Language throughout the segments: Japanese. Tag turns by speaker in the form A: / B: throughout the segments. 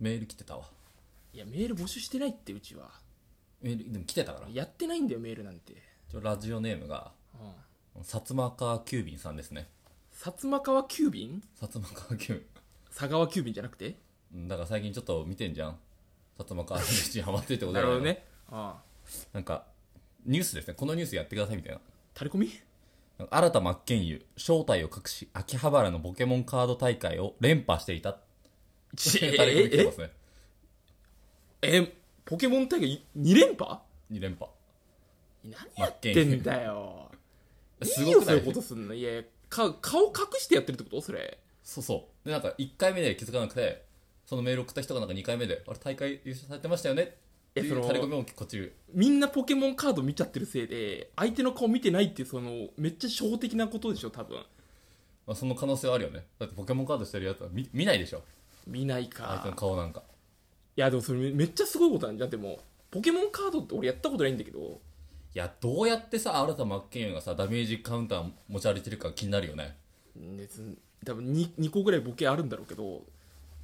A: メール来てたわ
B: いやメール募集してないってうちは
A: メールでも来てたから
B: やってないんだよメールなんて、
A: ちょラジオネームが
B: うん、
A: 薩摩川急便さんですね
B: 薩摩川急便
A: 薩摩川急
B: 佐川急便じゃなくて
A: 便うんだから最近ちょっと見てんじゃん薩摩川急便にハマってるってこと
B: な
A: だ
B: る
A: よ
B: ほどねうん
A: なんかニュースですねこのニュースやってくださいみたいな
B: タ レコミ
A: 新田真剣佑正体を隠し秋葉原のポケモンカード大会を連覇していた
B: ち
A: タレコミ来てま
B: え
A: すね
B: ええポケモン大会2連覇
A: 2連覇
B: 何
A: 真
B: やってんだよ
A: す
B: い
A: ご
B: いよ
A: くな
B: そう
A: い
B: いうことすんのいやいやか顔隠してやってるってことそれ
A: そうそうでなんか1回目で気づかなくてそのメール送った人がなんか2回目で「あれ大会優勝されてましたよね」って
B: え
A: い
B: そうの
A: タレコミもこっち
B: みんなポケモンカード見ちゃってるせいで相手の顔見てないっていうそのめっちゃ初歩的なことでしょ多分
A: まあ、その可能性はあるよねだってポケモンカードしてるやつは見見ないでしょ
B: 見ない
A: 相手の
B: か
A: 顔なんか
B: いやでもそれめっちゃすごいことなんじゃんでもポケモンカードって俺やったことないんだけど
A: いやどうやってさ新田真剣佑がさダメージカウンター持ち歩いてるか気になるよね
B: 別に多分 2, 2個ぐらいボケあるんだろうけど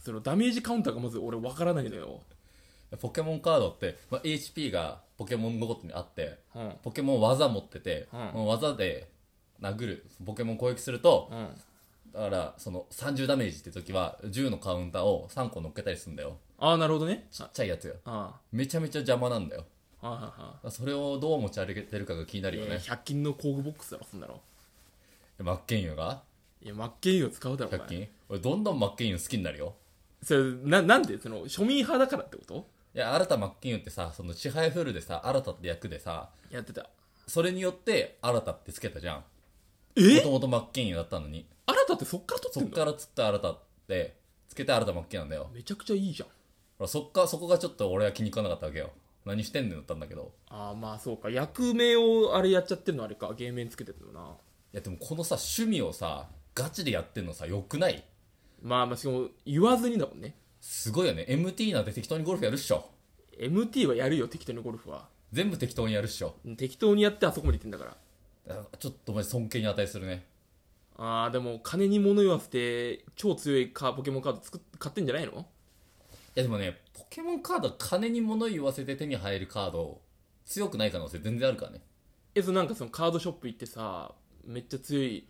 B: そのダメージカウンターがまず俺わからないのよ、
A: ポケモンカードって、まあ、HP がポケモンごとにあって
B: うん
A: ポケモン技持ってて、
B: うん
A: もう技で殴るポケモン攻撃すると、
B: うん、
A: だからその30ダメージって時は10のカウンターを3個乗っけたりするんだよ
B: ああなるほどね
A: ちっちゃいやつよ
B: あ
A: めちゃめちゃ邪魔なんだよ
B: あああああ
A: それをどう持ち歩けてるかが気にな
B: あ
A: る
B: い
A: よ
B: や
A: ね
B: 100均の工具ボックスだろそんなの
A: マッケンユが
B: いや真っ健を使うだろお
A: 100
B: 前
A: 均俺どんどんマッケンユ好きになるよ
B: それななんでその庶民派だからってこと
A: いや新田マッケンユってさその支配フルでさ新田って役でさ
B: やってた
A: それによって新田ってつけたじゃんも
B: え
A: ともとマッケンユだったのに
B: あなたってそっから撮って
A: そっ
B: んの
A: からつった新田ってつけて新田マッケンなんだよ
B: めちゃくちゃいいじゃん
A: ほらそっかそこがちょっと俺は気に食わなかったわけよ何してんねんだったんだけど
B: ああまあそうか役名をあれやっちゃってるのあれか芸名つけてるのない
A: やでもこのさ趣味をさガチでやってんのさよくない
B: まあまあしかも言わずにだもんね
A: すごいよね MT なんて適当にゴルフやるっしょ
B: MT はやるよ適当にゴルフは
A: 全部適当にやるっしょ
B: 適当にやってあそこまで行ってんだから
A: あちょっとお前尊敬に値するね
B: ああでも金に物言わせて超強いカーポケモンカード作っ買ってんじゃないの
A: いやでもねポケモンカードは金に物言わせて手に入るカード強くない可能性全然あるからね
B: えそのなんかそのカードショップ行ってさめっちゃ強い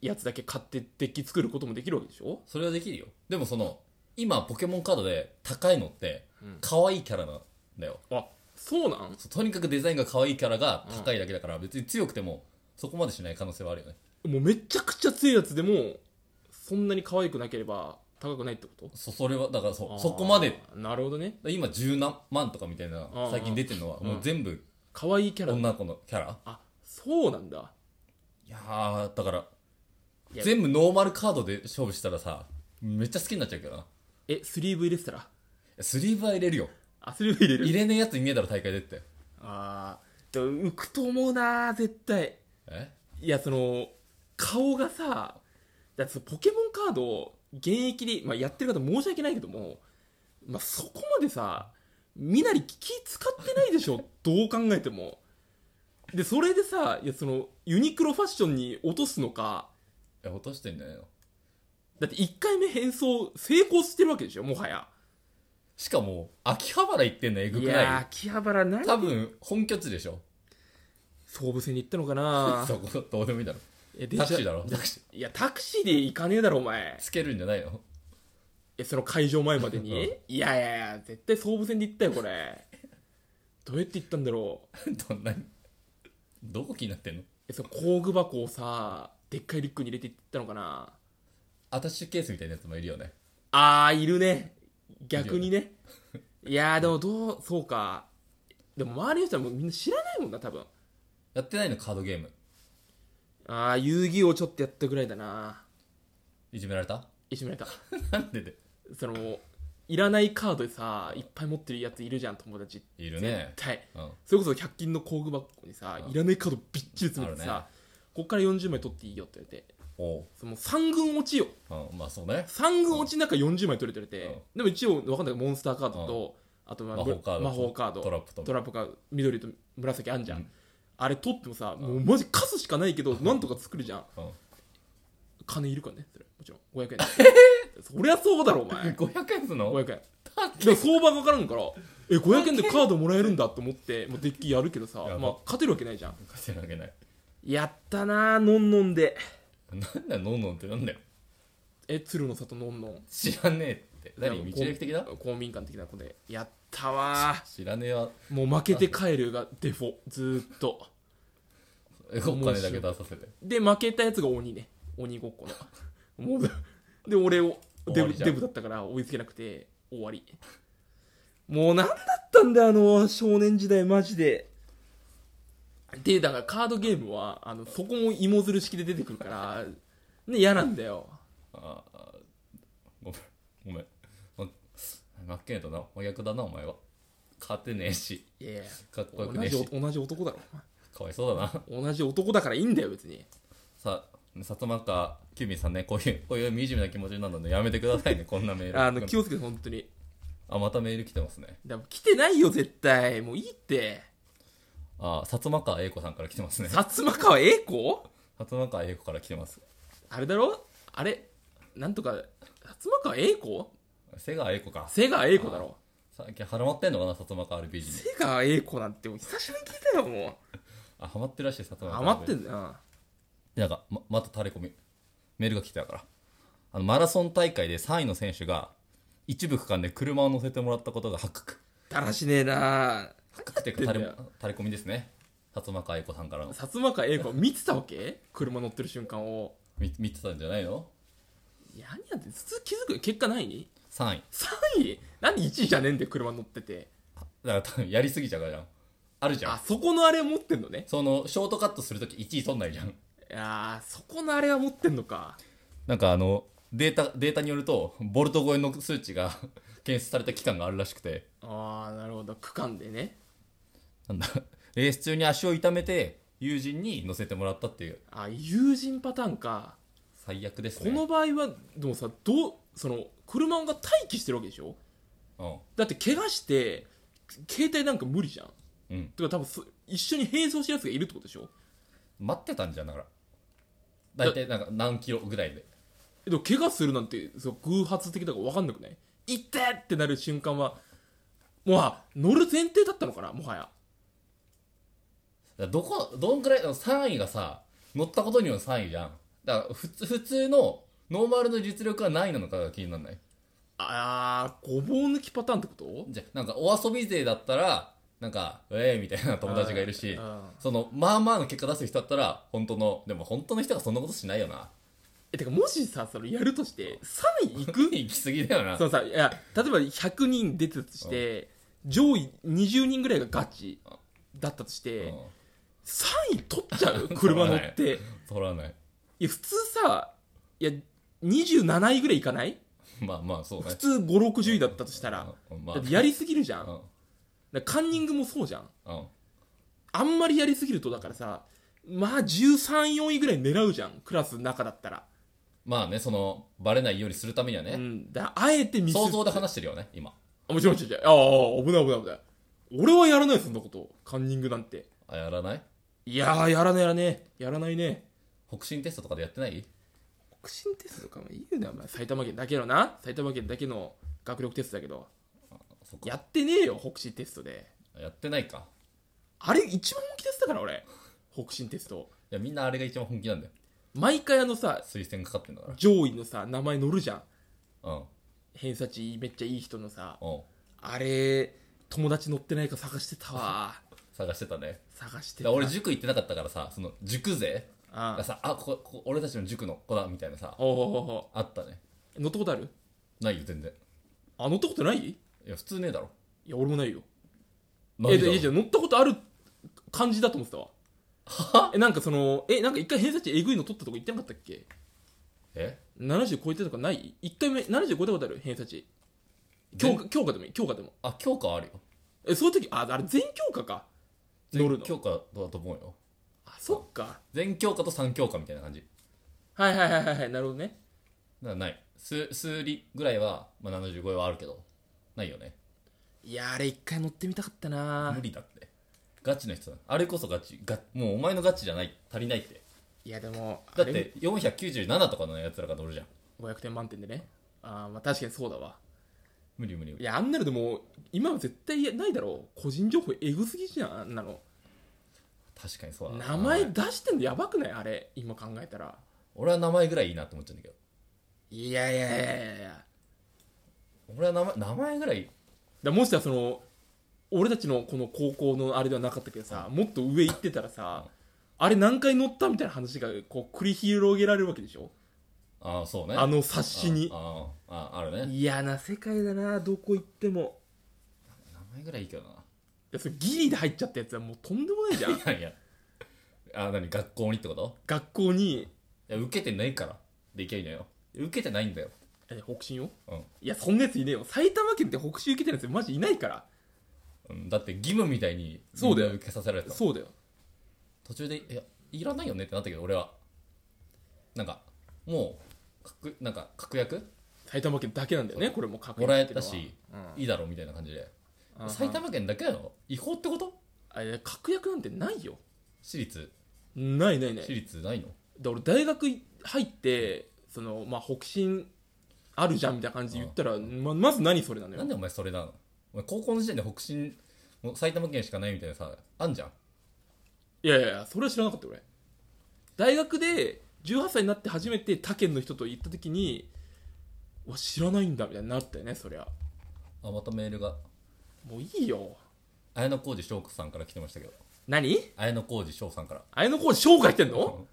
B: やつだけ買ってデッキ作ることもできるわけでしょ
A: それはできるよでもその今ポケモンカードで高いのって
B: うん
A: 可愛いキャラなんだよ、
B: あそうなん
A: そうとにかくデザインが可愛いキャラが高いだけだから、別に強くてもそこまでしない可能性はあるよね
B: もうめちゃくちゃ強いやつでもそんなに可愛くなければ高くないってこと
A: そそれはだから
B: あ
A: そ
B: ー
A: そこまで
B: なるほどね
A: 今十何万とかみたいな
B: うん
A: 最近出てるのはもう全部
B: 可愛いキャラ
A: 女の子のキャラ
B: あそうなんだ
A: いやーだから
B: いや
A: 全部ノーマルカードで勝負したらさめっちゃ好きになっちゃうけどな
B: えスリーブ入れてたら
A: スリーブは入れるよ
B: あスリーブ入れる
A: 入れねえやついねえだろ大会でって
B: あーでも浮くと思うな絶対
A: え
B: いやその顔がさだってそのポケモンカードを現役で、まあ、やってる方申し訳ないけども、まあ、そこまでさみなり気使ってないでし ょどう考えてもでそれでさいやそのユニクロファッションに落とすのか
A: いや落としてんじゃないの
B: だって1回目変装成功してるわけでしょもはや
A: しかも秋葉原行ってんのえぐ
B: い
A: く
B: やー
A: ない
B: 秋葉原何
A: 多分本拠地でしょ
B: 総武線に行ったのか な
A: そこどうでもいいだろ
B: え電車
A: タクシーだろタクシー
B: いやタクシーで行かねえだろお前
A: つけるんじゃないの
B: えその会場前まで
A: う
B: にいやいやいや絶対総武線で行ったよこれどうやって行ったんだろう
A: どんなにどこ気になってんの
B: えその工具箱をさでっかいリュックに入れて行ったのかな
A: アタッシュケースみたいなやつもいるよね
B: あーいるね逆にねいやーでもどうそうかでも周りの人はもうみんな知らないもんな多分
A: やってないのカードゲーム
B: ああ遊戯王ちょっとやったぐらいだない
A: じめられた
B: 一緒にやった
A: なんでで
B: そのいらないカードでさいっぱい持ってるやついるじゃん友達絶
A: いるね
B: 対
A: うん
B: それこそ100均の工具箱にさいらないカードびっちり詰め
A: あ
B: て
A: る
B: さ、こっから40枚取っていいよって言われて
A: おう、
B: その3軍落ちよ
A: うん、まあそうね
B: 3軍落ちの中40枚取れてて、でも一応分かんないモンスターカードと、あとまあ
A: 魔法カードと
B: 魔法カード
A: トラップと
B: トラップが緑と紫あんじゃん、
A: うん
B: あれ取ってもさ、もうマジカスしかないけど、なんとか作るじゃん
A: うん
B: 金いるからねそれもちろん500円そりゃそうだろお前
A: 500円すんの
B: 500円でも相場が分からんからえ500円でカードもらえるんだと思ってもうデッキやるけどさ、
A: やば
B: まあ、勝てるわけないじゃん
A: 勝てるわけない。
B: やったなあのんのんで
A: なんだ、のんのんってなんだよ。
B: え鶴の里のんのん
A: 知らねえって。何
B: なんか
A: 道の駅的な
B: 公公民館的な子でやったわ
A: 知らねえわ。
B: もう負けて帰るがデフォずーっと
A: お金だけ出させて。
B: で負けたやつが鬼ね鬼ごっこのもうで俺を
A: 終
B: デ
A: わ
B: ブ
A: りじゃん
B: デブだったから追いつけなくて終わりもう何だったんだよあの少年時代マジででだからカードゲームはあのそこも芋づる式で出てくるから、ね、嫌なんだよ
A: ああ、ごめん、ごめん。ま、負けねえとな、真逆だな、お前は。勝てねえし、
B: いやいや
A: かっこよく
B: 同
A: ねえ
B: じ
A: し、
B: 同じ男だろ
A: かわいそうだな。
B: お前同じ男だからいいんだよ別に
A: さ、薩摩か、キュミさんね、こういう、こういう惨めな気持ちになるので、やめてくださいね、こんなメール。
B: あの気をつけて本当に
A: あ、またメール来てますね。
B: でも来てないよ絶対もういいって
A: あ、薩摩川栄子さんから来てますね。薩
B: 薩摩川栄子
A: 摩川栄子から来てます。
B: あれだろあれなんとか、薩摩川栄子
A: 瀬川栄子か。
B: 瀬川栄子だろ
A: 最近ハマってんのかな、薩摩川 RPG に。
B: 瀬川栄子なんてもう久しぶりに聞いたよ、も
A: あ、ハマってるらしい、薩
B: う。
A: 摩川。
B: 余って
A: る。
B: んだな。
A: なんか、ま、また垂れ込み。メールが来てたから。あの、マラソン大会で3位の選手が、一部区間で車を乗せてもらったことが発覚。
B: だらしねえな
A: 発覚っていうか、垂れ垂れ込みですね。薩摩川栄子さんからの
B: 薩。摩川栄子は見てたわけ車乗ってる瞬間を。
A: み見てたんじゃないの
B: いや、何やって、普通気づくよ結果ない
A: ?3 位。
B: ?3 位なんで1位じゃねえんだよ、車乗ってて。
A: だから多分やりすぎちゃうからじゃん。あるじゃん
B: あ。、そこのあれを持ってんのね。
A: その、ショートカットするとき1位取んないじゃん。
B: いやー、そこのあれは持ってんのか。
A: なんかあの、データ、データによると、ボルト超えの数値が検出された期間があるらしくて、
B: あー、なるほど。区間でね。
A: なんだ、レース中に足を痛めて、友人に乗せてもらったっていう、
B: あ、友人パターンか。
A: 最悪です
B: こ
A: ね。
B: の場合はでもさどうその車が待機してるわけでしょだって怪我して携帯なんか無理じゃん
A: うん。うん。
B: てか多分そ一緒に並走したやつがいるってことでしょ
A: 待ってたんじゃん、だから。だいたいなんか何キロぐらいで。
B: えでも怪我するなんてそう偶発的だから分かんなくない痛ってってなる瞬間はもうあ乗る前提だったのかなもはや
A: だからどこ、どんくらい、3位がさ、乗ったことによる3位じゃん。だから、普通、普通の、ノーマルの実力は何位なのかが気にならない。
B: あーごぼう抜きパターンってこと
A: じゃなんかお遊び勢だったらなんか「ええー」みたいな友達がいるし
B: うん
A: そのまあまあの結果出す人だったら本当のでも本当の人がそんなことしないよな
B: えてかもしさそれやるとして3位 いく
A: 行き過ぎだよな
B: そのさいや例えば100人出たとして上位20人ぐらいがガチだったとして、
A: うん
B: 3位取っちゃ う車乗って
A: 取らない
B: いや普通さいや27位ぐらいいかない
A: まあまあそうね
B: 普通560位だったとしたら
A: うんま
B: だってやりすぎるじゃん
A: あ
B: だか
A: う
B: らカンニングもそうじゃん
A: んうん
B: あんまりやりすぎるとだからさまあ134位ぐらい狙うじゃんクラスの中だったら
A: まあねそのバレないようにするためには
B: う
A: ね
B: んだあえてミス
A: 想像で話してるよね今
B: あもちろんもちろんああ危ない危ない危ない俺はやらないそんなことカンニングなんて
A: あやらない
B: いやーやらないやらねえやらないね
A: 北進テストとかでやってない
B: 北進テストとかも言うなお前埼玉県だけのな埼玉県だけの学力テストだけど
A: そっか
B: やってねえよ北進テストで
A: やってないか
B: あれ一番本気出したから俺北進テスト
A: いやみんなあれが一番本気なんだよ
B: 毎回あのさ
A: 推薦かかってんだか
B: 上位のさ名前乗るじゃん
A: らうん
B: 偏差値めっちゃいい人のさ
A: うん
B: あれ友達乗ってないか探してたわ
A: 探してたね
B: 探して
A: だか
B: た
A: ら俺塾行ってなかったからさその塾勢
B: あ
A: がさあここここ俺たちの塾の子だみたいなさ
B: おうおうおうお
A: あったね
B: う乗ったことある
A: ないよ全然
B: あ乗ったことないい
A: いや普通ねえだろ
B: や俺もないよ
A: ない
B: え
A: だろ
B: いやじゃあ乗ったことある感じだと思ってたわはえなんかそのえなんか一回偏差値えぐいの取ったとこ行ってなかったっけ
A: え
B: 70超えてたとかない一回目70超えたことある偏差値強化強化でもいい強化でも
A: あ教科あるよ
B: えそういう時ああれ全強化か乗るの
A: 教科だと思うよ
B: あそっか
A: 全教科と三教科みたいな感じ
B: はいはいはいはいはいなるほどね
A: だからない数数理ぐらいは、まあ、75はあるけどないよね
B: いやあれ一回乗ってみたかったな
A: 無理だってガチの人だあれこそガチガもうお前のガチじゃない足りないって
B: いやでも
A: だっ
B: あれ
A: て497とかのやつらが乗るじゃん
B: 500点満点でねあーまあ確かにそうだわ
A: 無理無理無
B: い
A: 理
B: やあんなのでも今は絶対ないだろう個人情報エグすぎじゃんあんなの
A: 確かにそうだな
B: 名前出してんのやばくないあれ今考えたら
A: 俺は名前ぐらいいいなって思っちゃうんだけど
B: いやいやいやいやいや
A: 俺は名前名前ぐらい
B: だもしさその俺たちのこの高校のあれではなかったけどさ、もっと上行ってたらさ、あれ何回乗ったみたいな話がこう繰り広げられるわけでしょ
A: ああそうね
B: あの冊子に
A: あああああるね
B: 嫌な世界だなどこ行っても
A: 名前ぐらいいいけどない
B: やそれギリで入っちゃったやつはもうとんでもないじゃん
A: いやいやあ何学校にってこと
B: 学校に
A: いや受けてないからできないのよ受けてないんだよ
B: え北進よ
A: うん
B: いやそんなやついねえよ埼玉県って北進受けてるやつマジいないから
A: うんだって義務みたいに
B: そうだよ
A: みんな受けさせられた
B: そうだよ
A: 途中でいやいらないよねってなったけど俺はなんかもうかくなんか確約
B: 埼玉県だけなんだよねこれも確
A: も
B: 約
A: ら
B: っ
A: え
B: ての
A: た
B: は
A: し、
B: うん
A: いいだろうみたいな感じで
B: うん
A: 埼玉県だけなの違法ってこと
B: あいや確約なんてないよ
A: 私立
B: ないないない
A: 私立ないの
B: で俺大学入ってそのまあ北進あるじゃんみたいな感じで言ったらままず何それなの
A: なん
B: よ
A: でお前それなのお前高校の時点で北進もう埼玉県しかないみたいなさあんじゃん
B: いやいやいやそれは知らなかった俺大学で18歳になって初めて他県の人と行った時にうわ知らないんだみたいになったよねそりゃ
A: あまたメールが
B: もういいよ
A: 綾小路翔子さんから来てましたけど
B: 何
A: 綾小路翔さんから
B: 綾小路翔が言ってんの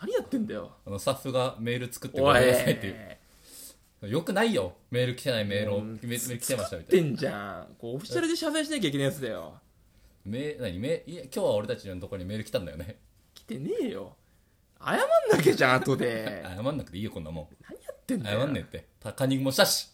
B: 何やってんだよ
A: あのスタッフがメール作ってご
B: お
A: め
B: い
A: んなさいっていうよくないよメール来てないメールをメール来てましたみ
B: った
A: い
B: て
A: なん
B: じゃんこうオフィシャルで謝罪しなきゃいけないやつだよ
A: メ何メいや今日は俺たちのとこにメール来たんだよね
B: 来てねえよ謝んなきゃじゃん後で
A: 謝んなくていいよこんなも
B: 何やってん
A: ん
B: だよ
A: 謝んねえって他人もしたし